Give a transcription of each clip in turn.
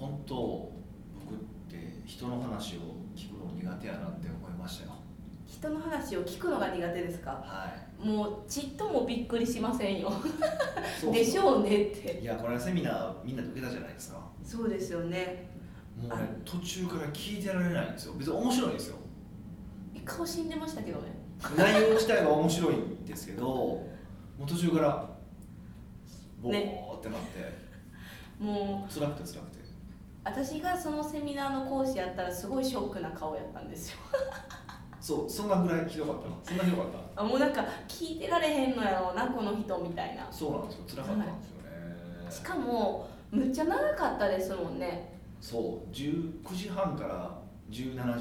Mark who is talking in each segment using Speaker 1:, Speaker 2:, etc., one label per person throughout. Speaker 1: 本当僕って人の話を聞くの苦手やなって思いましたよ
Speaker 2: 人の話を聞くのが苦手ですか
Speaker 1: はい
Speaker 2: もうちっともびっくりしませんよ
Speaker 1: そう
Speaker 2: でし
Speaker 1: ょ
Speaker 2: ょうねって
Speaker 1: いやこれはセミナーみんなで受けたじゃないですかも
Speaker 2: そうですよね
Speaker 1: うね
Speaker 2: あ
Speaker 1: 途中から聞いてられないんですよ別に面白いですよ
Speaker 2: 顔死んでましたけどね
Speaker 1: 内容自体は面白いんですけどもう途中からボ
Speaker 2: ね
Speaker 1: ーってなって、
Speaker 2: もう
Speaker 1: 辛くて辛くて
Speaker 2: 私がそのセミナーの講師やったらすごいショックな顔やったんですよ
Speaker 1: そうそんなぐらいひどかったそんなひどかっ
Speaker 2: あもうなんか聞いてられへんのやろうなこの人みたいな
Speaker 1: たそうなんですよ辛かったんですよね、
Speaker 2: しかもむっちゃ長かったですもんね
Speaker 1: そう19時半から17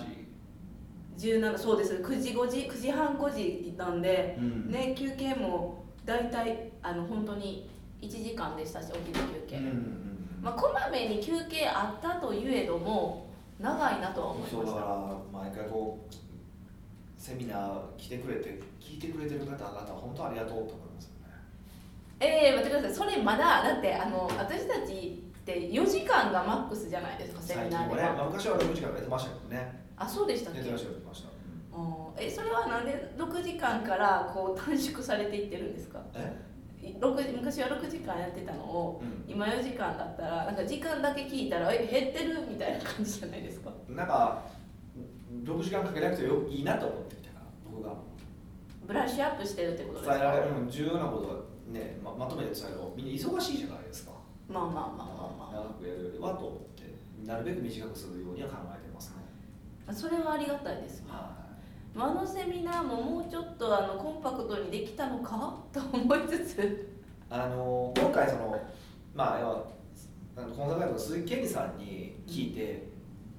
Speaker 1: 時
Speaker 2: 17そうです9時5時9時半5時なんで、
Speaker 1: うん
Speaker 2: ね休憩も大体あの本当に1時間でしたしお昼休
Speaker 1: う
Speaker 2: 憩、
Speaker 1: んうんうん
Speaker 2: まあ、こまめに休憩あったといえども長いなとは思い
Speaker 1: そう
Speaker 2: ま
Speaker 1: だ
Speaker 2: し
Speaker 1: か
Speaker 2: た
Speaker 1: ら毎回こうセミナー来てくれて聞いてくれてる方々本当ありがとうと思いますよね
Speaker 2: ええ待ってくださいそれまだだってあの私たちって4時間がマックスじゃないですかセ
Speaker 1: 最
Speaker 2: ミ
Speaker 1: 近
Speaker 2: ナー
Speaker 1: も
Speaker 2: で
Speaker 1: ね、ま
Speaker 2: は
Speaker 1: あ、昔は6時間寝てましたけどね
Speaker 2: あそうでしたっけ
Speaker 1: 寝てらっしゃる寝てました
Speaker 2: うんえそれはなんで6時間からこう短縮されていってるんですか
Speaker 1: え
Speaker 2: い六時昔は6時間やってたのを
Speaker 1: う
Speaker 2: 今4時間だったらなんか時間だけ聞いたらえ減ってるみたいな感じじゃないですか
Speaker 1: んなんか6時間かけなくてよいいなと思ってきたから僕が
Speaker 2: ブラッシュアップしてるってことです
Speaker 1: 伝え
Speaker 2: から
Speaker 1: れるの重要なことはねままとめて伝えろみんな忙しいじゃないですか
Speaker 2: まあまあまあまあま
Speaker 1: 長くやるよりはと思ってなるべく短くするようには考えてますね
Speaker 2: あそれはありがたいです
Speaker 1: はい
Speaker 2: まああのセミナーももうちょっとあのコンパクトにできたのか と思いつつ
Speaker 1: あの今回そのまあ要はあのコンサルタントの鈴木健二さんに聞いて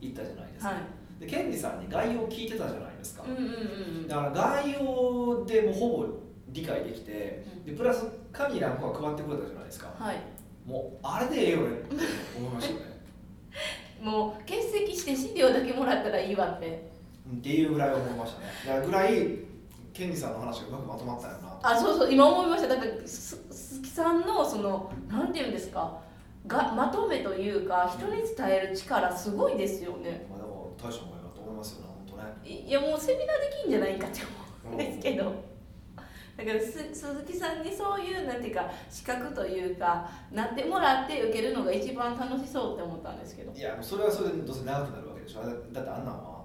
Speaker 1: 行ったじゃないですか、
Speaker 2: はい
Speaker 1: で健二さんに概要を聞いてたじゃないですか、
Speaker 2: うんうんうん
Speaker 1: だから概要でもうほぼ理解できてでプラス神なんかは配ってくれたじゃないですか
Speaker 2: はい
Speaker 1: もうあれでええよねって思いましたよね
Speaker 2: もう欠席して資料だけもらったらいいわって
Speaker 1: っていうぐらい思いましたねだからぐらい健二さんの話がうまくまとまったよなと
Speaker 2: あそうそう今思いましただからす鈴木さんのそのなんていうんですかがまとめというか人に伝える力すごいですよね
Speaker 1: まあでも大したもんやなと思いますよな本当ね
Speaker 2: いやもうセミナーできんじゃないかって思うんですけどだからす鈴木さんにそういうなんていうか資格というかなってもらって受けるのが一番楽しそうって思ったんですけど
Speaker 1: いやもうそれはそれでどうせ長くなるわけでしょだだってあんなんは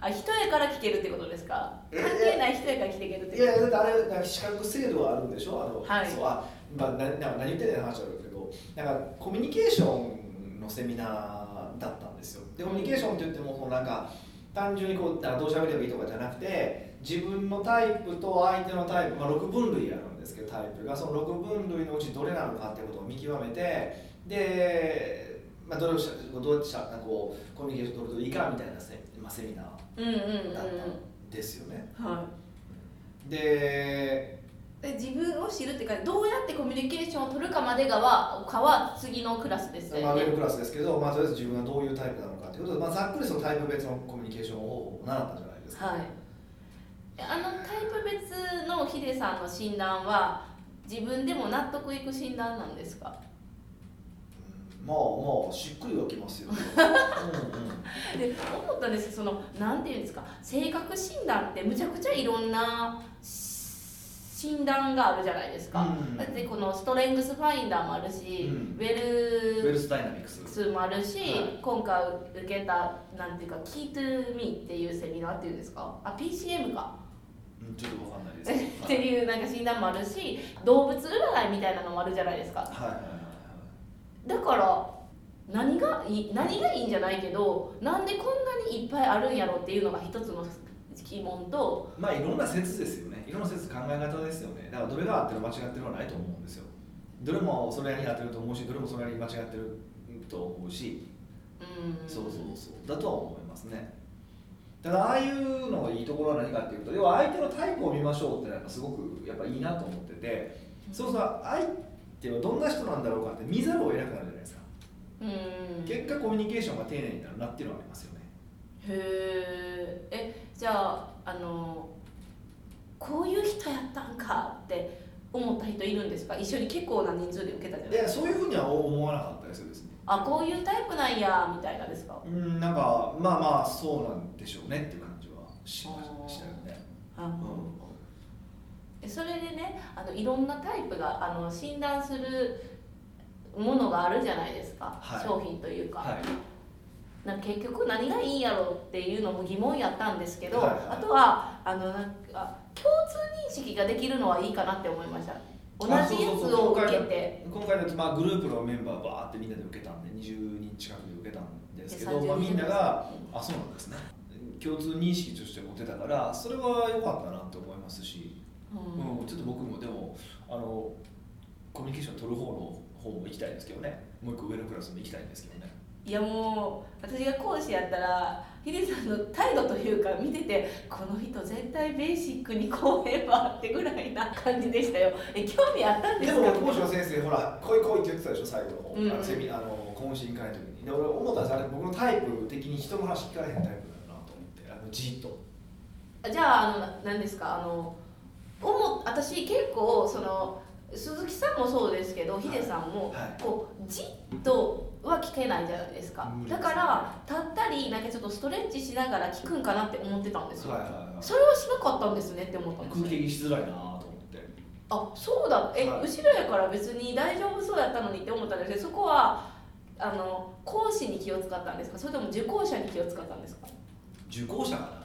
Speaker 2: あ人やから聞けるってことですか
Speaker 1: え
Speaker 2: 関係ない人やから聞けるって
Speaker 1: い
Speaker 2: こ
Speaker 1: やいやだってあれなんか資格制度はあるんでしょあの、
Speaker 2: はい
Speaker 1: そうあ、まあ、ななんか何言ってんねん話だけどなんかコミュニケーションのセミナーだったんですよでコミュニケーションって言ってもこうなんか単純にこうなんかどう喋ればいいとかじゃなくて自分のタイプと相手のタイプ、まあ、6分類あるんですけどタイプがその6分類のうちどれなのかってことを見極めてで、まあ、どれをしどうやってしゃなんかこうコミュニケーション取るといいかみたいなセ,、まあ、セミナー
Speaker 2: とうんうんうん
Speaker 1: だった
Speaker 2: うん
Speaker 1: ですよね、
Speaker 2: んは
Speaker 1: で
Speaker 2: いで自分を知るっていうかどうやってコミュニケーションを取るかまでがはかは次のクラスです
Speaker 1: まあ、ウ
Speaker 2: よね
Speaker 1: ェブクラスですけど、まあ、とりあえず自分がどういうタイプなのかということで、まあ、ざっくりそのタイプ別のコミュニケーション方法を習ったじゃないですか、
Speaker 2: はい、あのタイプ別のヒデさんの診断は自分でも納得いく診断なんですか
Speaker 1: うん、まあまあしっくりはき ますようん
Speaker 2: で思ったんですけどそのなんていうんですか性格診断ってむちゃくちゃいろんなし診断があるじゃないですか、
Speaker 1: うん
Speaker 2: だってこのストレングスファインダーもあるし、
Speaker 1: うん
Speaker 2: ウ
Speaker 1: うん、
Speaker 2: ェ
Speaker 1: ウェ
Speaker 2: ル
Speaker 1: ルスダイナミクス
Speaker 2: スもあるし、
Speaker 1: はい
Speaker 2: 今回受けたなんていうか「Key to Me」っていうセミナーっていうんですかあ PCM か
Speaker 1: うんちょっとわかんないです
Speaker 2: っ ていうなんか診断もあるし動物占いみたいなのもあるじゃないですか
Speaker 1: はいはいはい
Speaker 2: だから何がいい何がいいんじゃないけどなんでこんなにいっぱいあるんやろっていうのが一つの疑問と
Speaker 1: まあいろんな説ですよねいろんな説考え方ですよねだからどれが合ってる間違ってるはないと思うんですよどれもそれなりに合ってると思うしどれもそれなりに間違ってると思うし
Speaker 2: うん
Speaker 1: そうそうそうだとは思いますねただああいうのがいいところは何かっていうと要は相手のタイプを見ましょうってなんかすごくやっぱいいなと思っててそうすると相手はどんな人なんだろうかって見ざるを得なくなるじゃないですか
Speaker 2: うんへ
Speaker 1: 結果コミュニケーションが丁寧になるなっていうのはありますよね
Speaker 2: ええじゃああのこういう人やったんかって思った人いるんですか一緒に結構な人数で受けたじゃない
Speaker 1: でそういうふうには思わなかったりするですね
Speaker 2: あこういうタイプなんやみたいなですか
Speaker 1: うんなんかまあまあそうなんでしょうねっていう感じはしましたよね
Speaker 2: あえそれでねあのいろんなタイプがあの診断するものがあるじゃないですか、
Speaker 1: はい
Speaker 2: 商品というか,、
Speaker 1: はい
Speaker 2: なんか結局何がいいんやろっていうのも疑問やったんですけど、
Speaker 1: はいはい
Speaker 2: あとはあのなんか共通認識ができるのはいいかなって思いました同じやつを受けて
Speaker 1: 今回の、まあ、グループのメンバーバーってみんなで受けたんで20人近くで受けたんですけど、まあ、みんながあそうなんですね共通認識として持てたからそれは良かったなって思いますし、
Speaker 2: うんうん
Speaker 1: うんちょっと僕もでもあのコミュニケーション取る方の方も行きたいですけどねもう一個上のクラスも行きたいんですけどね
Speaker 2: いやもう私が講師やったらヒデさんの態度というか見ててこの人絶対ベーシックにこう言えばってぐらいな感じでしたよえ興味あったんで
Speaker 1: ですも
Speaker 2: か
Speaker 1: 講師の先生ほら「来い来い」って言ってたでしょ最後の方、
Speaker 2: うん
Speaker 1: あのセミあの懇親会の時にで俺思ったんですあれ僕のタイプ的に人の話聞かれへんタイプだよなと思ってあのじーっと
Speaker 2: じゃああの何ですかあの思っ私結構その鈴木さんもそうですけど
Speaker 1: い
Speaker 2: ヒデさんも、
Speaker 1: はい
Speaker 2: こうじっとは聞けないじゃないですか
Speaker 1: 無理で
Speaker 2: だ
Speaker 1: す
Speaker 2: から立ったりなんかちょっとストレッチしながら聞くんかなって思ってたんですよ、
Speaker 1: はいはいはい
Speaker 2: それはしなかったんですねって思ったんです
Speaker 1: 空気にしづらいなと思って
Speaker 2: あそうだえ、
Speaker 1: はい
Speaker 2: 後ろやから別に大丈夫そうやったのにって思ったんですけどそこはあの講師に気を使ったんですかそれとも受講者に気を使ったんですか
Speaker 1: 受講者かな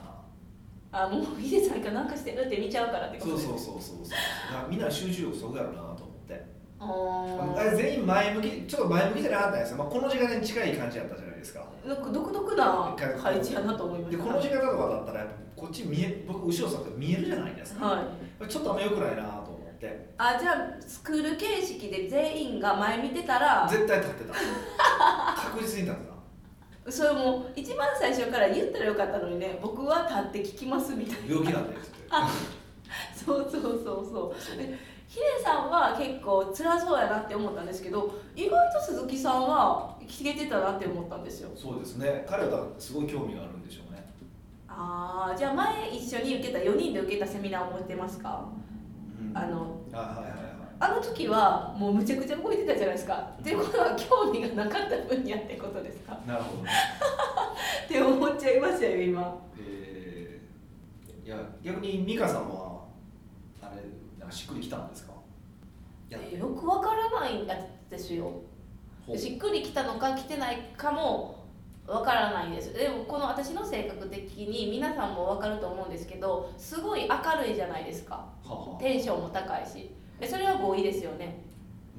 Speaker 2: あもうヒデさんがなんかしてるって見ちゃうからってこと
Speaker 1: そう
Speaker 2: です
Speaker 1: そうそうそうそうだからみんな集中力そこやろうなと思って
Speaker 2: あー
Speaker 1: あれ全員前向きちょっと前向きじゃなかったんですよ、まあ、この時間に近い感じだったじゃないですか
Speaker 2: なんか独特な配置やなと思いま
Speaker 1: で
Speaker 2: し
Speaker 1: こ
Speaker 2: た
Speaker 1: の時間とかだったらやっぱこっち見え僕後ろ座って見えるじゃないですか、
Speaker 2: はい、
Speaker 1: ちょっとあんま良くないなと思って
Speaker 2: あじゃあスクール形式で全員が前見てたら
Speaker 1: 絶対立ってた確実に立って
Speaker 2: それもう一番最初から言ったらよかったのにね僕は立って聞きますみたい
Speaker 1: た病気なんだよって
Speaker 2: なそうそうそうそう
Speaker 1: そう
Speaker 2: ヒデさんは結構辛そうやなって思ったんですけど意外と鈴木さんは切れてたなって思ったんですよ
Speaker 1: そうですね彼はすごい興味があるんでしょうね
Speaker 2: ああじゃあ前一緒に受けた4人で受けたセミナー覚えてますか
Speaker 1: うん
Speaker 2: あの
Speaker 1: あはいはいはい
Speaker 2: あの時はもうむちゃくちゃ動いてたじゃないですかってことは興味がなかった分野ってことですか
Speaker 1: なるほどね
Speaker 2: って思っちゃいましたよ今
Speaker 1: えーいや逆に美香さんはあれなんかしっくりきたんですかやって
Speaker 2: よくわからないやつですよ
Speaker 1: ほう
Speaker 2: しっくりきたのか来てないかもわからないですでもこの私の性格的に皆さんもわかると思うんですけどすごい明るいじゃないですか
Speaker 1: はは
Speaker 2: テンションも高いしでそれは合意ですよね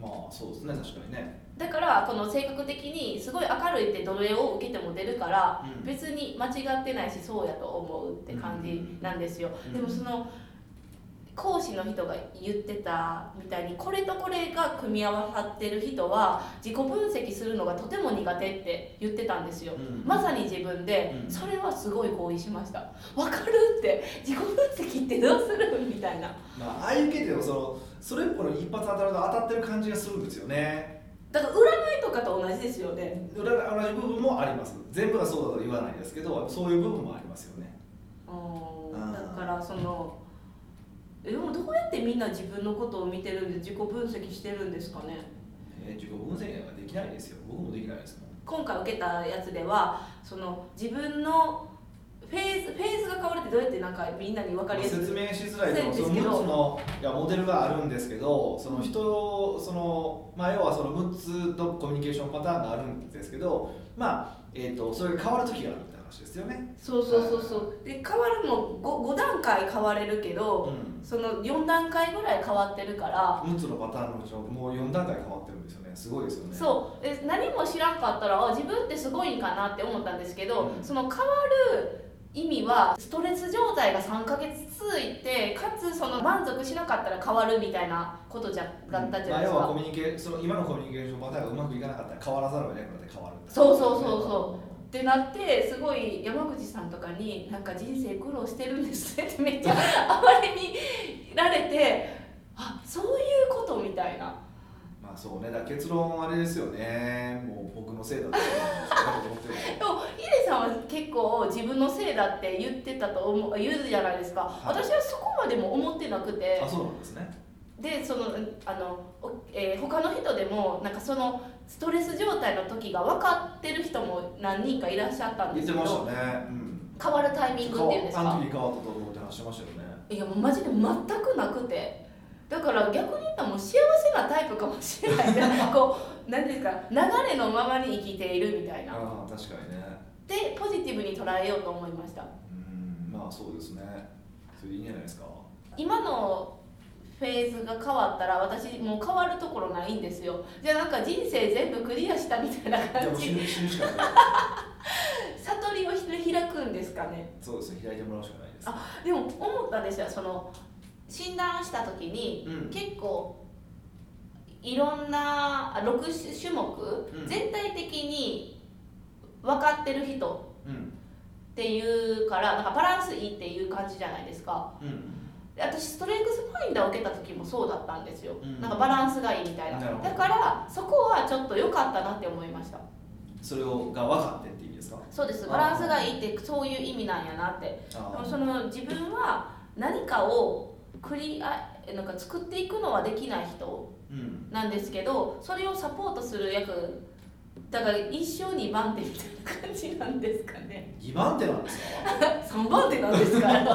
Speaker 1: まあそうですね確かにね、
Speaker 2: だからこの性格的にすごい明るいって奴隷を受けても出るから
Speaker 1: うん
Speaker 2: 別に間違ってないしそうやと思うって感じなんですよ
Speaker 1: うん
Speaker 2: でもその講師の人が言ってたみたいにこれとこれが組み合わさってる人は自己分析するのがとても苦手って言ってたんですよ
Speaker 1: うん
Speaker 2: まさに自分で
Speaker 1: うん
Speaker 2: それはすごい合意しましたわかるって自己分析ってどうするみたいな
Speaker 1: まあああいう系でもそのそれっぽいのに一発当たると当たってる感じがするんですよね
Speaker 2: だから占いとかと同じですよね
Speaker 1: 裏同じ部分もあります全部がそうだとは言わないですけどそういう部分もありますよね
Speaker 2: うん
Speaker 1: あ
Speaker 2: だ
Speaker 1: ー
Speaker 2: からそのえでもどうやってみんな自分のことを見てるんで自己分析してるんですかね
Speaker 1: えー自己分析ができないですよ僕もできないですもん
Speaker 2: 今回受けたやつではその自分のフェーズフェーズが変わるってどうやってなんかみんなに分かりやす
Speaker 1: 説
Speaker 2: く
Speaker 1: 明しづらいとその
Speaker 2: そうですけど
Speaker 1: 6つのいやモデルがあるんですけどその人その、まあ、要はその6つのコミュニケーションパターンがあるんですけどまあ、えー、とそれが変わる時があるって話ですよね、
Speaker 2: そうそうそうそうで変わるの 5, 5段階変われるけ
Speaker 1: う
Speaker 2: ど
Speaker 1: ん、
Speaker 2: その4段階ぐらい変わってるから
Speaker 1: 6つのパターンのうちのもう4段階変わってるんですよねすごいですよね
Speaker 2: そうえ何も知らんかったらあ自分ってすごいんかなって思ったんですけど、
Speaker 1: うん
Speaker 2: その変わる意味はストレス状態が3ヶ月続いてかつその満足しなかったら変わるみたいなことじゃだったじゃないです
Speaker 1: まあ、要は
Speaker 2: か
Speaker 1: コ、ミュニケーその今のコミュニケーションパターンがうまくいかなかったら変わらざるを得なくなって変わるって
Speaker 2: そうそうそうそってなってすごい山口さんとかに「なんか人生苦労してるんですね」って めっちゃ哀れにられてあそういうことみたいな
Speaker 1: まあそうねだから結論あれですよねもう僕のせいだと思うんですけど僕っ て
Speaker 2: でもヒデさんは結構自分のせいだって言ってたと思う言うじゃないですか、
Speaker 1: はい
Speaker 2: 私はそこまでも思ってなくて
Speaker 1: あそうなんですね
Speaker 2: でそのあの、おえー他の人でもなんかそのストレス状態の時が分かってる人も何人かいらっしゃったんで
Speaker 1: 言っ
Speaker 2: す
Speaker 1: て
Speaker 2: け
Speaker 1: ました
Speaker 2: ど
Speaker 1: ね、うん、
Speaker 2: 変わるタイミングっていうんです
Speaker 1: あの
Speaker 2: か
Speaker 1: 時変わったと思うって話してましたよね
Speaker 2: いやもうマジで全くなくてだから逆に言ったらもう幸せなタイプかもしれない こう何ですか流れのままに生きているみたいな
Speaker 1: ああ確かにね
Speaker 2: でポジティブに捉えようと思いました
Speaker 1: うんまあそうですねそれいいんじゃない ですか
Speaker 2: 今のフェーズが変わったら私もう変わるところないんですよじゃあなんか人生全部クリアしたみたいな
Speaker 1: で
Speaker 2: 感
Speaker 1: も死
Speaker 2: じ
Speaker 1: ぬ死ぬしかない
Speaker 2: 悟りを開くんですかね
Speaker 1: そうですね開いてもらうしかないです
Speaker 2: あでも思ったんですよその診断した時に
Speaker 1: うん
Speaker 2: 結構いろんな6種目、
Speaker 1: うん
Speaker 2: 全体的に分かってる人
Speaker 1: うん
Speaker 2: っていうからなんかバランスいいっていう感じじゃないですか
Speaker 1: うん
Speaker 2: で私ストレングスファインダーを受けた時もそうだったんですよ、
Speaker 1: うん
Speaker 2: なんかバランスがいいみたいな
Speaker 1: なるほど
Speaker 2: だからそこはちょっと良かったなって思いました
Speaker 1: それをが分かってって意味ですか
Speaker 2: そうですバランスがいいってそういう意味なんやなってで
Speaker 1: あ
Speaker 2: も
Speaker 1: あ
Speaker 2: その自分は何かをクリアなんか作っていくのはできない人
Speaker 1: うん
Speaker 2: なんですけどそれをサポートする役だから一生2番手みたいな感じなんですかね
Speaker 1: 2番手なんですか
Speaker 2: 3番手なんですから だ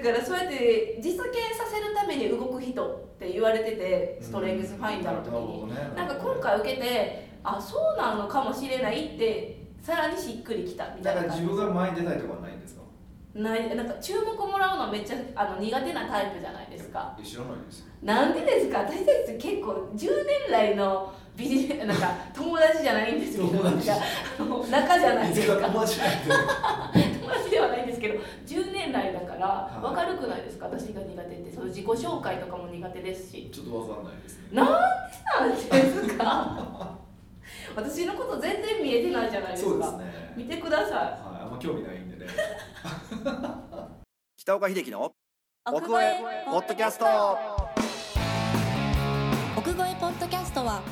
Speaker 2: からそうやって実現させるために動く人って言われてて ストレングスファインダーの時に、
Speaker 1: に
Speaker 2: なんか今回受けてあそうなのかもしれないってさらにしっくりきたみた
Speaker 1: だか
Speaker 2: いな
Speaker 1: ら
Speaker 2: 感じ
Speaker 1: 自分が前に出たいとかはないんですか
Speaker 2: ないなんか注目もらうのめっちゃあの苦手なタイプじゃないですか
Speaker 1: いや知らないですよ
Speaker 2: なんでですか私たち結構10年来のビジネなんか友達じゃないんですけど
Speaker 1: 友達
Speaker 2: なんかあの仲じゃないですか
Speaker 1: いつか友達じゃなくて
Speaker 2: 友達ではないんですけど10年来だから
Speaker 1: い
Speaker 2: 分かるくないですか私が苦手ってその自己紹介とかも苦手ですし
Speaker 1: ちょっとわかんないですね
Speaker 2: なんですか 私のこと全然見えてないじゃないですか
Speaker 1: そうですね
Speaker 2: 見てください
Speaker 1: はい、あんま興味ないんでね。北岡秀樹の
Speaker 3: 奥越えポッドキャスト
Speaker 4: 奥越えポッドキャストは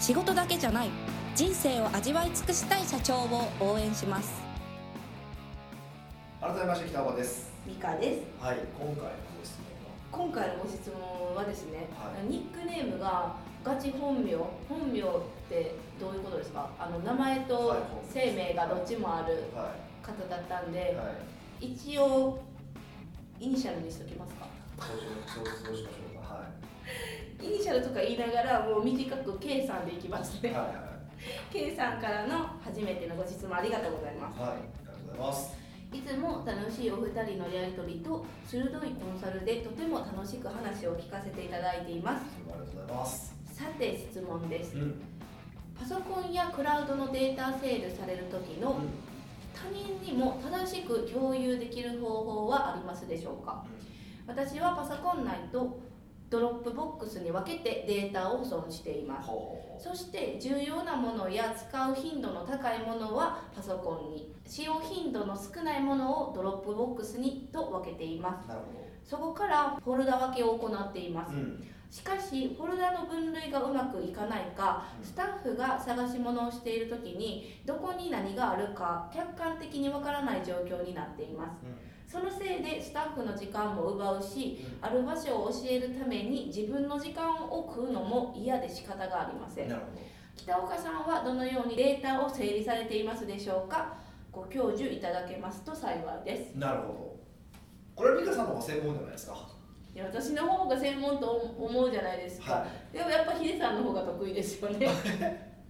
Speaker 4: 仕事だけじゃない人生を味わい尽くしたい社長を応援します
Speaker 1: 改めまして北岡です。
Speaker 2: ミカです
Speaker 1: はい、今回のご質
Speaker 2: 今回のご質問はですね、
Speaker 1: は
Speaker 2: ニックネームがガチ本名本名ってどういうことですかあの名前と
Speaker 1: はい
Speaker 2: 生命がどっちもある
Speaker 1: 問は、は
Speaker 2: 方だったん
Speaker 1: い、
Speaker 2: で、
Speaker 1: はい、
Speaker 2: 一応イニシャルにしときますか
Speaker 1: そうしましょう、そうしましょうか。はい、
Speaker 2: イニシャルとか言いながらもう短く K さんでいきますね、
Speaker 1: はい、はい、
Speaker 2: K さんからの初めてのご質問ありがとうございます
Speaker 1: はい、ありがとうございます。
Speaker 2: いつも楽しいお二人のやりとりと鋭いコンサルでとても楽しく話を聞かせていただいています
Speaker 1: ありがとうございます。
Speaker 2: さて質問です
Speaker 1: うん、うん、
Speaker 2: パソコンやクラウドのデータセールされる時の他人にも正しく共有できる方法はありますでしょうか私はパソコン内とドロップボックスに分けてデータを保存しています
Speaker 1: ほ
Speaker 2: そして重要なものや使う頻度の高いものはパソコンに使用頻度の少ないものをドロップボックスにと分けています
Speaker 1: う、なるほ
Speaker 2: そこからフォルダ分けを行っています
Speaker 1: ど。うん、
Speaker 2: しかしフォルダの分類がうまくいかないか
Speaker 1: うん
Speaker 2: スタッフが探し物をしている時にどこに何があるか客観的にわからない状況になっていますそのせいでスタッフの時間も奪うしある場所を教えるために自分の時間を食うのも嫌で仕方がありませ
Speaker 1: うん、
Speaker 2: ん
Speaker 1: なるほ
Speaker 2: 北岡さんはどのようにデータを整理されていますでしょうかご教授いただけますと幸いです
Speaker 1: ど。なるほど。これは美香さんの方が専門じゃないですか。
Speaker 2: いや私の方が専門と思うじゃないですか、
Speaker 1: はい。
Speaker 2: でもやっぱヒデさんの方が得意で すよね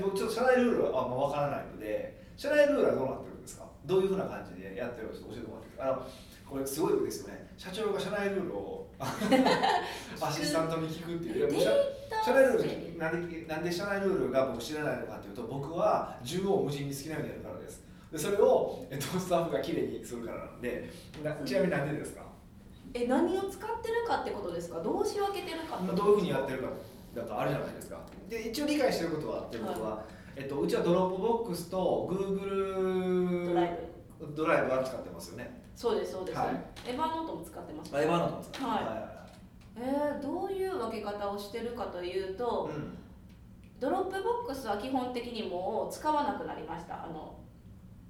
Speaker 1: 僕ちょっと社内ルールはあんま分からないので社内ルールはどうなってるんですかどういうふうな感じでやってるのかちょっと教えてもらっていいですかあのこれすごいですよね社長が社内ルール をアシスタントに聞くっていう
Speaker 2: デ
Speaker 1: いや
Speaker 2: ー
Speaker 1: 社社内ルールなんでなんで社内ルールが僕知らないのかっていうと僕は縦横無尽に好きなようにやるからですでそれを、えっと、スタッフがきれいにするからなんでなちなみになんでですか、
Speaker 2: え何を使ってるかってことですかどう仕分けてるか
Speaker 1: まあどういうふうにやってるかだとあるじゃないですかで一応理解してることはっていうことは、えっと、うちはドロップボックスと Google
Speaker 2: ドライブ
Speaker 1: ドライブは使ってますよね
Speaker 2: そうですそうです、
Speaker 1: はい
Speaker 2: エヴァノートも使ってます
Speaker 1: ライバーの使ってます
Speaker 2: はいえー、どういう分け方をしてるかというと、
Speaker 1: うん
Speaker 2: ドロップボックスは基本的にもう使わなくなりましたあの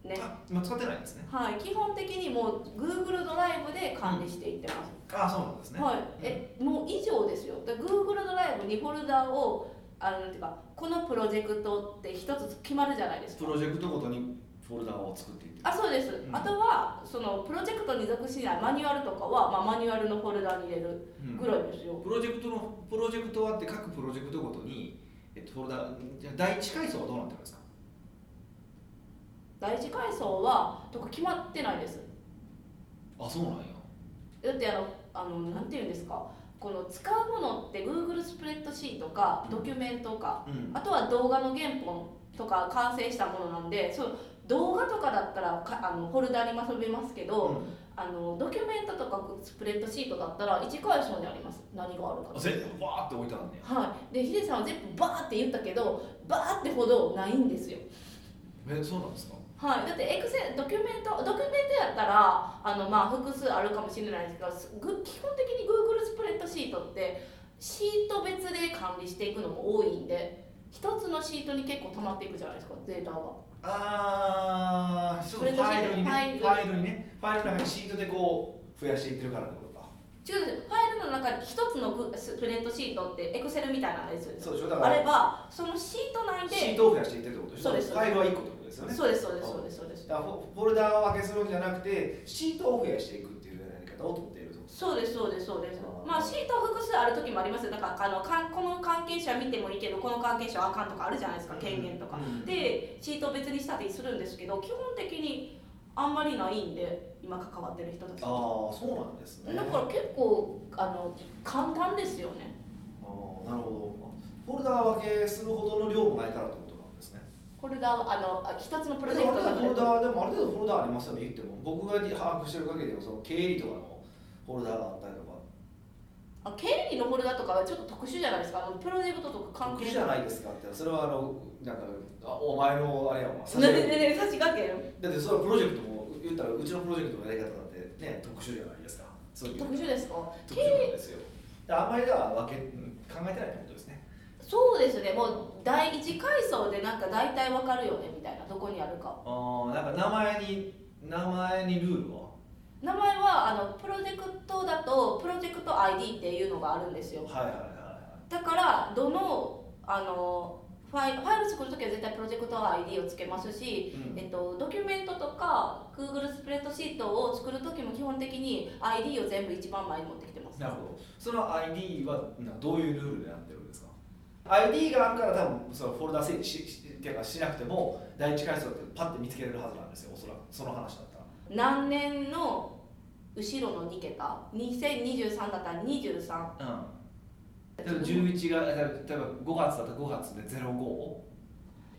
Speaker 2: ね
Speaker 1: あ今使ってないんですね
Speaker 2: はい基本的にもう Google ドライブで管理していってます、
Speaker 1: あそうなんですね
Speaker 2: はいえもう以上ですよだ Google ドライブにフォルダをあのなんていうかこのプロジェクトって一つ決まるじゃないですか
Speaker 1: プロジェクトごとにフォルダを作っていって
Speaker 2: あそうです、
Speaker 1: ん
Speaker 2: あとはそのプロジェクトに属しないマニュアルとかは、まあ、マニュアルのフォルダに入れる
Speaker 1: うん
Speaker 2: ぐらいですよ、
Speaker 1: プロジェクトのプロジェクトはあって各プロジェクトごとに、えっと、フォルダじゃあ第一階層はどうなってるんですか
Speaker 2: 第一階層はとか決まってないです
Speaker 1: あそうなんや
Speaker 2: だってあのあのなんていうんですかこの使うものって Google スプレッドシートかドキュメントか、
Speaker 1: うん
Speaker 2: あとは動画の原本とか完成したものなんでそう動画とかだったらかあのフォルダに遊べますけど、あのドキュメントとかスプレッドシートだったら1階層にあります何があるか
Speaker 1: あ全部わーって置いてあるね
Speaker 2: はい、でヒデさんは全部バーって言ったけどバーってほどないんですよ、
Speaker 1: えそうなんですか
Speaker 2: はい、だってエクセルドキュメントドキュメントやったらあの、まあ、複数あるかもしれないですけどすぐ基本的に Google スプレッドシートってシート別で管理していくのも多いんで一つのシートに結構溜まっていくじゃないですかデータが
Speaker 1: あーそう
Speaker 2: それ
Speaker 1: フ
Speaker 2: と
Speaker 1: ァイルにね
Speaker 2: ファイル
Speaker 1: ファイルにねファイルの中にシートでこう増やしていってるからってことか
Speaker 2: 違うんですよファイルの中に一つのグスプレッドシートってエクセルみたいなんですよ
Speaker 1: そうでしょだか
Speaker 2: あれ
Speaker 1: ら
Speaker 2: ばそのシート内で
Speaker 1: シートを増やしていってるってことでしょ
Speaker 2: そうです
Speaker 1: ファイルは一個ってことですよね
Speaker 2: そうですそうですそうですそうです
Speaker 1: だからフォフォルダを分けするんじゃなくてシートを増やしていくっていうやり方をとっていると
Speaker 2: そうですそうですそうです
Speaker 1: あー
Speaker 2: まあシートは複数ある時もありますよだからあのかんこの関係者見てもいいけどこの関係者はあかんとかあるじゃないですか権限とか、
Speaker 1: うん
Speaker 2: でシート別にしたりするんですけど基本的にあんまりないんで今関わってる人たち
Speaker 1: ああ
Speaker 2: だ
Speaker 1: そ
Speaker 2: か
Speaker 1: うなんですね
Speaker 2: ら結構あの簡単ですよね
Speaker 1: あーなるほど。フォルダ分けするほどの量もないからってことなんですね。
Speaker 2: フォルダーあのあ一つのプ
Speaker 1: あ
Speaker 2: ロ
Speaker 1: る
Speaker 2: ジェ
Speaker 1: 程度フォル
Speaker 2: クトだ
Speaker 1: ダでもある程度フォルダありますよね。言っても僕が把握してる限りでもその経理とかのフォルダがあったりとか。
Speaker 2: あ経理のフォルダとかはちょっと特殊じゃないですかあのプロジェクトとか関
Speaker 1: 僕
Speaker 2: 係
Speaker 1: じゃないですかってそれはあのなんかあお前のあれやわ。
Speaker 2: ねねね差し掛け
Speaker 1: だってそれはプロジェクトも言ったらうちのプロジェクトのやり方だってね特殊じゃないですか。そういう
Speaker 2: 特殊ですか
Speaker 1: 特殊なんですよ。だからあんまりだから分けうん考えてないってことですね。
Speaker 2: そうですねもう第一階層でなんか大体わかるよねみたいなどこにあるか
Speaker 1: ああなんか名前に名前にルールは。
Speaker 2: 名前はあのプロジェクトだとプロジェクト ID っていうのがあるんですよ
Speaker 1: はいはいはいはい。
Speaker 2: だからどのあのファイルファイル作るときは絶対プロジェクト ID をつけますし、
Speaker 1: うん
Speaker 2: えっと、ドキュメントとか Google スプレッドシートを作るときも基本的に ID を全部一番前に持ってきてます
Speaker 1: なるほど。その ID はなどういうルールでなってるんですか ?ID があるから多分そのフォルダ整理ししっていうかしなくても第一階層ってパッて見つけられるはずなんですよ、おそらく。その話だったら。
Speaker 2: 何年の後ろの2桁2023だったら23
Speaker 1: うん。例えば11が、例えば5月だったら5月で05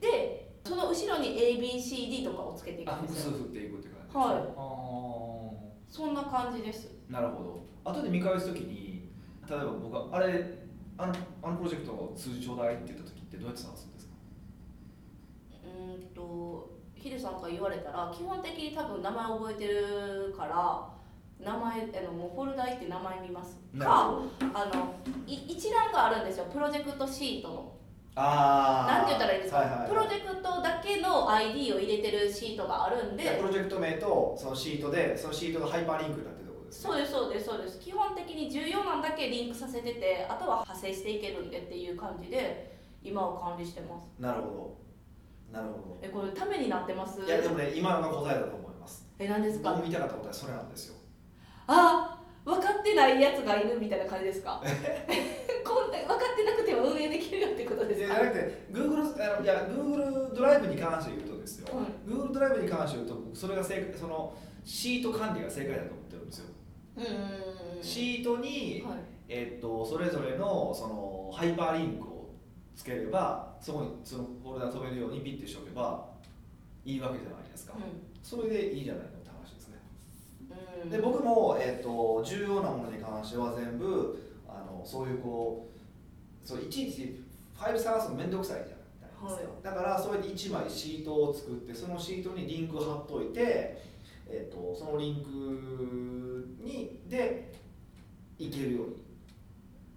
Speaker 2: でその後ろに ABCD とかをつけていく
Speaker 1: あ
Speaker 2: ん
Speaker 1: 複
Speaker 2: です
Speaker 1: 数
Speaker 2: よ
Speaker 1: 振っていくって感じです
Speaker 2: はい
Speaker 1: あ
Speaker 2: そんな感じです
Speaker 1: ーなるほど。後で見返すときに、例えば僕はあれ、あのあのプロジェクトの数字ちょうだいって言ったときってどうやって探すんですか
Speaker 2: うーんとヒデさんから言われたら基本的に多分名前覚えてるから名前あのもうフォルダ行って名前見ます
Speaker 1: なる
Speaker 2: か
Speaker 1: ほど。
Speaker 2: あのい一覧があるんですよプロジェクトシートの
Speaker 1: あー
Speaker 2: なんて言ったらいいですか、
Speaker 1: はいはいはい
Speaker 2: プロジェクトだけの ID を入れてるシートがあるん
Speaker 1: でプ
Speaker 2: で
Speaker 1: ロジェクト名とそのシートでそのシートがハイパーリンクになってるところですね
Speaker 2: そうですそうですそうです基本的に重要なんだけリンクさせててあとは派生していけるんでっていう感じで今を管理してます
Speaker 1: なるほどなるほ
Speaker 2: えこれためになってます
Speaker 1: どいやでもね今のが答えだと思います
Speaker 2: え何です
Speaker 1: 僕も
Speaker 2: か
Speaker 1: 見たかった答えそれなんですよ
Speaker 2: あ分かってないやつがいるみたいな感じですか こんな分かってなくても運営できるよってこと
Speaker 1: でじ
Speaker 2: です
Speaker 1: ゃ
Speaker 2: か
Speaker 1: なくて Google, あのいや Google ドライブに関して言うとですよ、
Speaker 2: は
Speaker 1: Google ドライブに関して言うと僕それが正解そのシート管理が正解だと思ってるんですよ、
Speaker 2: うーん
Speaker 1: シートに、
Speaker 2: はい
Speaker 1: えっとそれぞれのそのハイパーリンクをつければそこにそのフォルダ飛べるようにピッてしておけばいいわけじゃないですか、それでいいじゃないのって話ですね
Speaker 2: うんうん
Speaker 1: で僕も、えっと重要なものに関しては全部あのそういうこうそういちいちファイル探すの面倒くさいじゃないですか、だからそれで1枚シートを作ってそのシートにリンク貼っといて、えっとそのリンクにでいけるように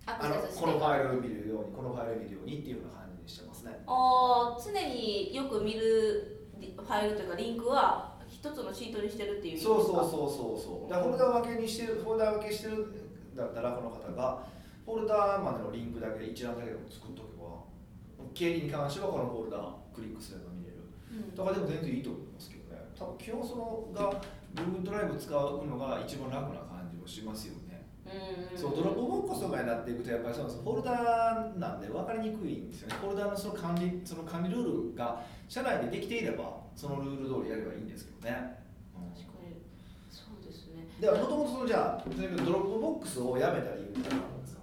Speaker 2: アク
Speaker 1: あの
Speaker 2: セスして
Speaker 1: このファイルを見るようにこのファイルを見るようにっていうような感じにしてますね
Speaker 2: あー常によく見るフ入るというかリンクは一つのシートにしてるっていう意味です
Speaker 1: そ
Speaker 2: か
Speaker 1: うそうそうそうそうだからフォルダ分けにしてるフォルダ分けしてるんだったらこの方がフォルダまでのリンクだけ一覧だけでも作っとけば経理に関してはこのフォルダクリックすれば見れる
Speaker 2: うん
Speaker 1: とかでも全然いいと思いますけどね多分基本そのが Google ドライブ使うのが一番楽な感じはしますよね、
Speaker 2: うんうん
Speaker 1: そうドロップボックスとかになっていくとやっぱりそうなんですフォルダなんで分かりにくいんですよねフォルダのその管理その管理ルールが社内でできていればそのルール通りやればいいんですけどね、うん
Speaker 2: 確かにそうですね
Speaker 1: ではもともとそのじゃあとにかくドロップボックスをやめた理由って何なんですか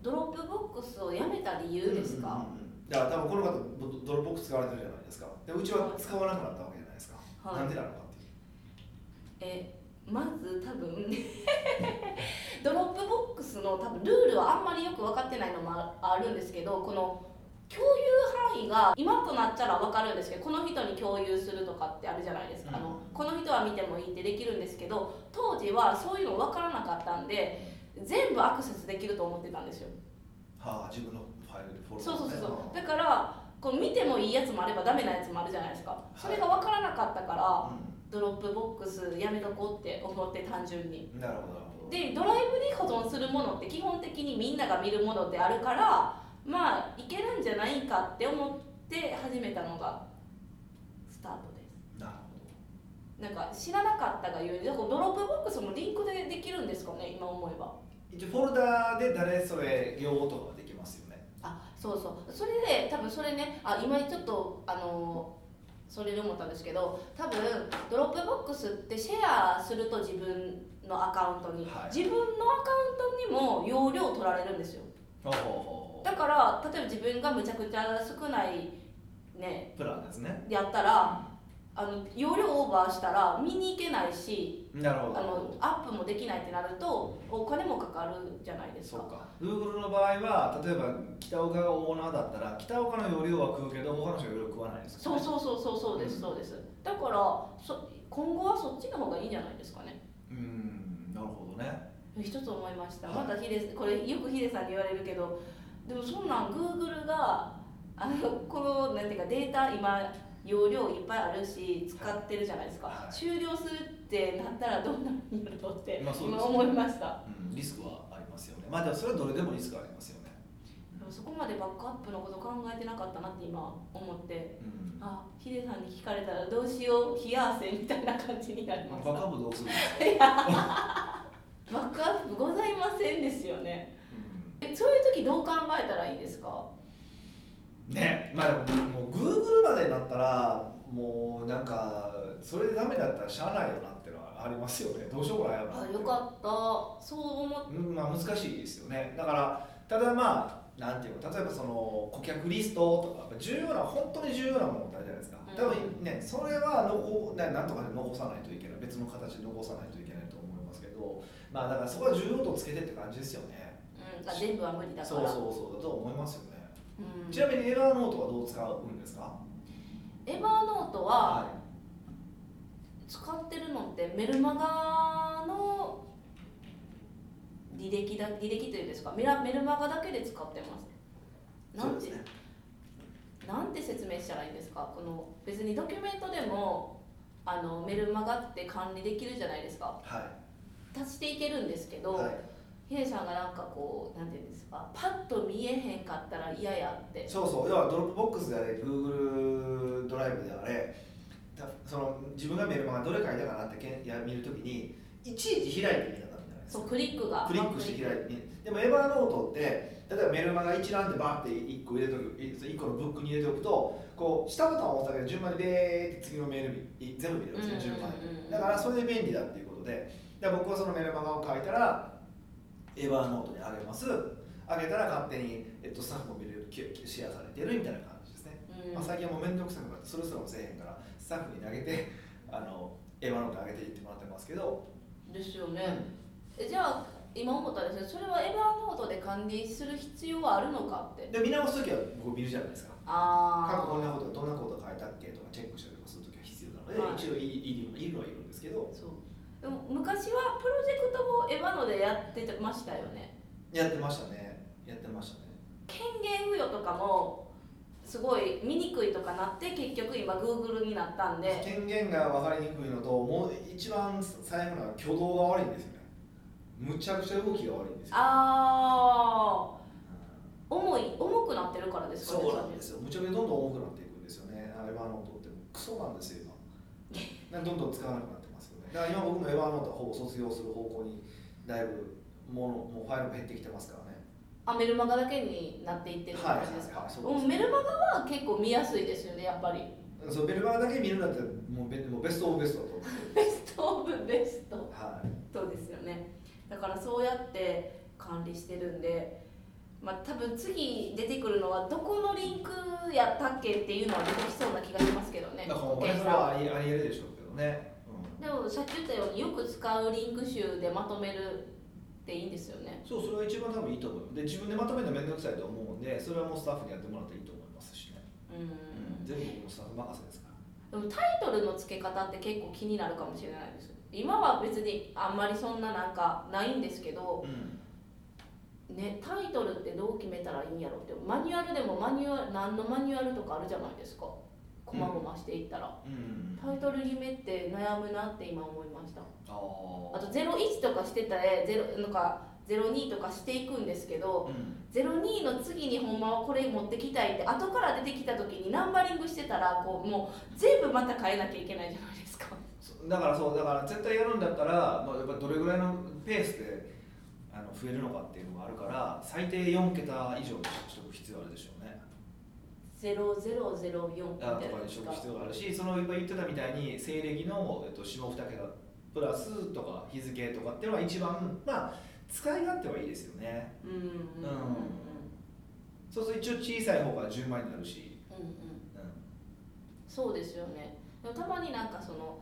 Speaker 2: ドロップボックスをやめた理由ですか、
Speaker 1: うんうんうんだから多分この方ドドロップボックス使われてるじゃないですかでうちは使わなくなったわけじゃないですか、
Speaker 2: はい
Speaker 1: なんでなのかっていう
Speaker 2: えまず多分 ドロップボックスの多分ルールはあんまりよく分かってないのもああるんですけどこの共有範囲が今となったら分かるんですけどこの人に共有するとかってあるじゃないですか、あのこの人は見てもいいってできるんですけど当時はそういうの分からなかったんで全部アクセスできると思ってたんですよ
Speaker 1: はあ自分のファイルでフォルダ
Speaker 2: そうそうそう
Speaker 1: ね
Speaker 2: そうだからこう見てもいいやつもあればダメなやつもあるじゃないですかそれが分からなかったから、ドロップボックスやめとこうって思って単純に
Speaker 1: うんなるほどなるほど
Speaker 2: でドライブに保存するものって基本的にみんなが見るものであるからまあいけるんじゃないかって思って始めたのがスタートです
Speaker 1: なる
Speaker 2: なんか知らなかったがゆえにだからドロップボックスもリンクでできるんですかね今思えば
Speaker 1: ほど一応フォルダで誰それ両方とかができますよね
Speaker 2: あそうそうそれで多分それねあ今ちょっとあのそれで思ったんですけど多分ドロップボックスってシェアすると自分のアカウントに、
Speaker 1: はい
Speaker 2: 自分のアカウントにも容量取られるんですよ
Speaker 1: ほうほうほう
Speaker 2: だから例えば自分がむちゃくちゃ少ないね
Speaker 1: プランですね
Speaker 2: やったらあの容量オーバーしたら見に行けないし
Speaker 1: なる
Speaker 2: あ
Speaker 1: ほど
Speaker 2: のアップもできないってなるとお金もかかるじゃないです
Speaker 1: そ
Speaker 2: か
Speaker 1: うか Google の場合は例えば北岡がオーナーだったら北岡の容量は食うけど他の人は容量食わないですから
Speaker 2: そう
Speaker 1: ね
Speaker 2: そうそうそうそうですそうですだからそ今後はそっちの方がいいんじゃないですかね
Speaker 1: うーんなるほどね
Speaker 2: 一つ思いました
Speaker 1: はい
Speaker 2: またヒデこれよくヒデさんに言われるけどでもそんなん Google があのこのなんていうかデータ今容量いっぱいあるし使ってるじゃないですか、
Speaker 1: はい
Speaker 2: 終了するってなったらどうなるんやろうって
Speaker 1: まあそうですね
Speaker 2: 今思いました
Speaker 1: うん、リスクはありますよね。まあでもそれはどれでもリスクはありますよね。
Speaker 2: でもそこまでバックアップのこと考えてなかったなって今思って
Speaker 1: うん。ま
Speaker 2: あヒデさんに聞かれたらどうしよう冷や汗みたいな感じになりま
Speaker 1: あ
Speaker 2: した
Speaker 1: バカ部どうするんですか。
Speaker 2: バックアップございませんですよねえそういう時どう考えたらいいですか
Speaker 1: うん、ね、まあでももう Google までになったらもうなんかそれでダメだったらしゃあないよなってのはありますよね。どうしようもないよな
Speaker 2: あよかったそう思っ
Speaker 1: うん、まあ難しいですよね。だからただまあなんていうの例えばその顧客リストとかやっぱ重要な本当に重要なものってあるじゃないですか。多分ねそれは残ななんとかで残さないといけない別の形で残さないといけないと思いますけど、まあだからそこは重要度をつけてって感じですよね。
Speaker 2: うん、あ全部は無理だか
Speaker 1: そう
Speaker 2: ら
Speaker 1: そうそうだと思いますよね。
Speaker 2: うん、
Speaker 1: ちなみにエラーノートはどう使うんですか？
Speaker 2: エヴァーノートは使ってるのってメルマガの履歴だ履歴というんですかメラメルマガだけで使ってます
Speaker 1: い。
Speaker 2: なんて、
Speaker 1: そうですね。
Speaker 2: なんて説明したらいいんですかこの別にドキュメントでもあのメルマガって管理できるじゃないですか
Speaker 1: はい。
Speaker 2: 足していけるんですけど、
Speaker 1: はい。
Speaker 2: ヒデさんがなんかこうなんていうんですかパッと見えへんかったら嫌やって
Speaker 1: そうそう要はドロップボックスであれ Google ドライブであれたその自分がメルマガどれ書いたかなってけんや見るときにいちいち開いてみたらダメじゃないです
Speaker 2: そ
Speaker 1: か
Speaker 2: うクリックが
Speaker 1: クリックして開いてみでもエヴァーノートって例えばメルマガ一覧でバーって1個入れとく1個のブックに入れておくとこう下ボタンを押すだけで順番にベーって次のメール見全部見れるんですね順番に
Speaker 2: うんうんうんうん
Speaker 1: だからそれで便利だっていうことでで僕はそのメルマガを書いたらエヴァーノートにあげますあげたら勝手に、えっと、スタッフも見れるきシェアされてるみたいな感じですね、
Speaker 2: うん
Speaker 1: まあ、最近はもう面倒くさくなってそれすらもせえへんからスタッフに投げてあのエヴァーノート上げていってもらってますけど、
Speaker 2: ですよねえじゃあ今思ったんですけどそれはエヴァーノートで管理する必要はあるのかって
Speaker 1: で見直すときは僕見るじゃないですか
Speaker 2: あ
Speaker 1: 過去こんな
Speaker 2: あ
Speaker 1: ことどんなこと書いたっけとかチェックしたりとかするときは必要な
Speaker 2: は
Speaker 1: の
Speaker 2: い
Speaker 1: で、一応いいるいるのはいるんですけど
Speaker 2: そうでも昔はプロジェクトもエヴァノでやってましたよね
Speaker 1: やってましたねやってましたね
Speaker 2: 権限付与とかもすごい見にくいとかなって結局今 Google になったんで
Speaker 1: 権限が分かりにくいのともう一番最後のは挙動が悪いんですよねむちゃくちゃ動きが悪いんですよ
Speaker 2: ああ
Speaker 1: うん
Speaker 2: 重い重くなってるからですかね
Speaker 1: そうなんですよむちゃくちゃどんどん重くなっていくんですよねあのエヴァノートってクソなんです よ今なんかどんどん使わなくなってますよねだから今僕もエヴァノートはほぼ卒業する方向にだいぶものもうファイルも減ってきてますからね
Speaker 2: あメルマガだけになっていってる感じですか、
Speaker 1: はいはいはいそう
Speaker 2: う
Speaker 1: です
Speaker 2: んメルマガは結構見やすいですよねやっぱり
Speaker 1: そうベルマーだけ見るんだったらもうベもうベストオブベストだと思って
Speaker 2: ベストオブベスト
Speaker 1: はい
Speaker 2: そうですよねだからそうやって管理してるんでまあ多分次出てくるのはどこのリンクやったっけっていうのは出てきそうな気がしますけどね
Speaker 1: だから
Speaker 2: 保
Speaker 1: これ
Speaker 2: 険
Speaker 1: それ
Speaker 2: さん
Speaker 1: はありありえるでしょうけどね、うん
Speaker 2: でもさっき言ったようによく使うリンク集でまとめるっていいんですよね
Speaker 1: そうそれが一番多分いいと思うで自分でまとめるの面倒くさいと思うんでそれはもうスタッフにやってもらっていいと思いますしね、
Speaker 2: うん
Speaker 1: 全部僕のスタッフ任せですから
Speaker 2: でもタイトルの付け方って結構気になるかもしれないです今は別にあんまりそんななんかないんですけど、ね、タイトルってどう決めたらいいんやろってマニュアルでもマニュアル何のマニュアルとかあるじゃないですかこまごましていったら、
Speaker 1: うん
Speaker 2: タイトル決めって悩むなって今思いました
Speaker 1: あ
Speaker 2: あ
Speaker 1: あ
Speaker 2: と01とかしてたら0なんか02とかしていくんですけ
Speaker 1: う
Speaker 2: ど、
Speaker 1: ん
Speaker 2: 02の次にほんまはこれ持ってきたいって後から出てきた時にナンバリングしてたらこうもう全部また変えなきゃいけないじゃないですか
Speaker 1: そだからそうだから絶対やるんだったら、まあ、やっぱどれぐらいのペースであの増えるのかっていうのがあるから最低4桁以上にしておく必要あるでしょうね
Speaker 2: 0004みたい
Speaker 1: あ
Speaker 2: な
Speaker 1: とかにしておく必要があるしその今言ってたみたいに西暦の、えっと、下2桁プラスとか日付とかっていうのは一番まあ使い勝手はいいですよね
Speaker 2: うんうんうんうん
Speaker 1: うんそうすると一応小さい方が10万になるし、
Speaker 2: うんうん
Speaker 1: う
Speaker 2: そうですよねでもたまになんかその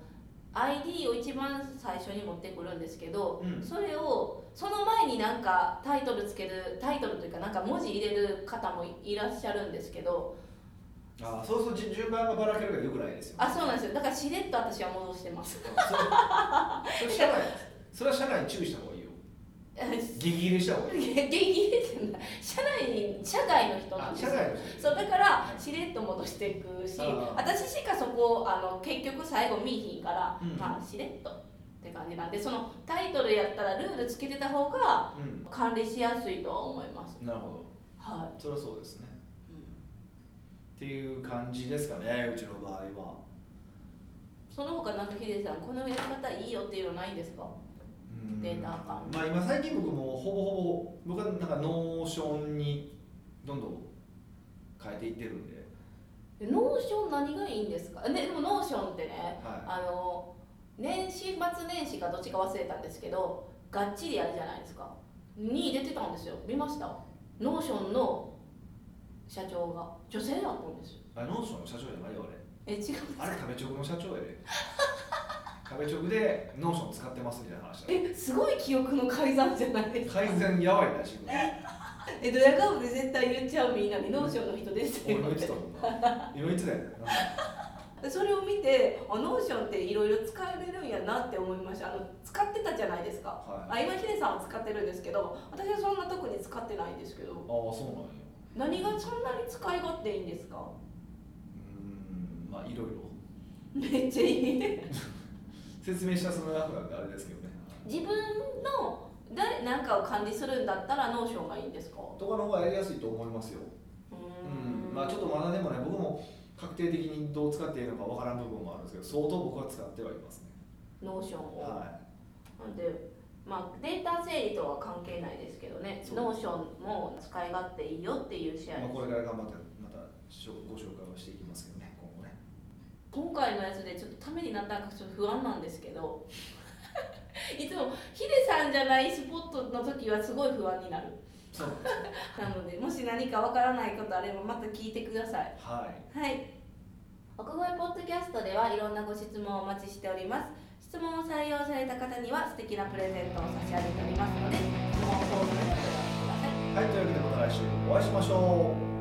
Speaker 2: ID を一番最初に持ってくるんですけど、
Speaker 1: うん
Speaker 2: それをその前になんかタイトルつけるタイトルというかなんか文字入れる方もいらっしゃるんですけど
Speaker 1: ん、ああそうすると順順番がばらけるからよくないですよ、
Speaker 2: あそうなんですよだからしれっと私は戻してます
Speaker 1: それそれ社内それは社内に注意した方がいいよギリギリした方がいい
Speaker 2: 現役ですね社内に社外の人なん
Speaker 1: あ
Speaker 2: です
Speaker 1: 社
Speaker 2: よ
Speaker 1: 外の
Speaker 2: そうだからしれっと戻していくし
Speaker 1: あー
Speaker 2: 私しかそこあの結局最後見いひんから、
Speaker 1: うん
Speaker 2: まあしれっとって感じなんでそのタイトルやったらルールつけてた方が
Speaker 1: う
Speaker 2: 管理しやすいとは思います
Speaker 1: んなるほ
Speaker 2: は
Speaker 1: どそれはそうですね
Speaker 2: い、うん
Speaker 1: っていう感じですかねうちの場合は
Speaker 2: その他なんかヒデさんこのやり方いいよっていうのないんですか
Speaker 1: うん
Speaker 2: データ管理
Speaker 1: まあ今最近僕もほぼほぼ僕はなんかノーションにどんどん変えていってるんで、
Speaker 2: でノーション何がいいんですかねでもノーションってね
Speaker 1: は
Speaker 2: あの年始末年始かどっちか忘れたんですけどがっちりやるじゃないですかに出てたんですよ見ましたノーションの社長が女性だったんですよ
Speaker 1: い、あノーションの社長じゃないよあれ
Speaker 2: え違うんです
Speaker 1: あれ食べチョクの社長やで食べチョクでノーション使ってますみたいな話だ
Speaker 2: えすごい記憶の改ざんじゃないですか
Speaker 1: 改善やばいらしいこれ
Speaker 2: えドヤ顔で絶対言っちゃうみんなにノーションの人です
Speaker 1: 俺
Speaker 2: よ
Speaker 1: も言
Speaker 2: っ
Speaker 1: って
Speaker 2: て
Speaker 1: たもんな今言ってたよね
Speaker 2: それを見てあノーションっていろいろ使えれるんやなって思いましたあの使ってたじゃないですか
Speaker 1: はいああ
Speaker 2: あ今ヒデさんは使ってるんですけど私はそんな特に使ってないんですけど
Speaker 1: そうなんや
Speaker 2: 何がそんなに使い勝手いいんですか
Speaker 1: うーんまあいろいろ
Speaker 2: めっちゃいい
Speaker 1: 説明したその額なんてあれですけどね
Speaker 2: 自分の誰なんかを管理するんだったらノーションがいいんですか
Speaker 1: とかの方がやりやすいと思いますよ
Speaker 2: う
Speaker 1: うん
Speaker 2: ーん
Speaker 1: まあちょっとまだでもね僕も確定的にどう使っていいのかわからん部分もあるんですけど相当僕は使ってはいますね
Speaker 2: ノーションを、
Speaker 1: は
Speaker 2: なんでまあデータ整理とは関係ないですけどね
Speaker 1: そう
Speaker 2: ノーションも使い勝手いいよっていうシェ
Speaker 1: い、まあ、
Speaker 2: アです、
Speaker 1: これから頑張ってまたしょご紹介をしていきますけどね今後ね
Speaker 2: 今回のやつでちょっとためになったのかちょっと不安なんですけど いつもヒデさんじゃないスポットの時はすごい不安になる
Speaker 1: そう
Speaker 2: なのでもし何かわからないことあればまた聞いてください
Speaker 1: はい
Speaker 2: はい。奥越ポッドキャストではいろんなご質問をお待ちしております。質問を採用された方には素敵なプレゼントを差し上げておりますので、質問フォームにお願いください。
Speaker 1: はい、というわけでまた来週お会いしましょう。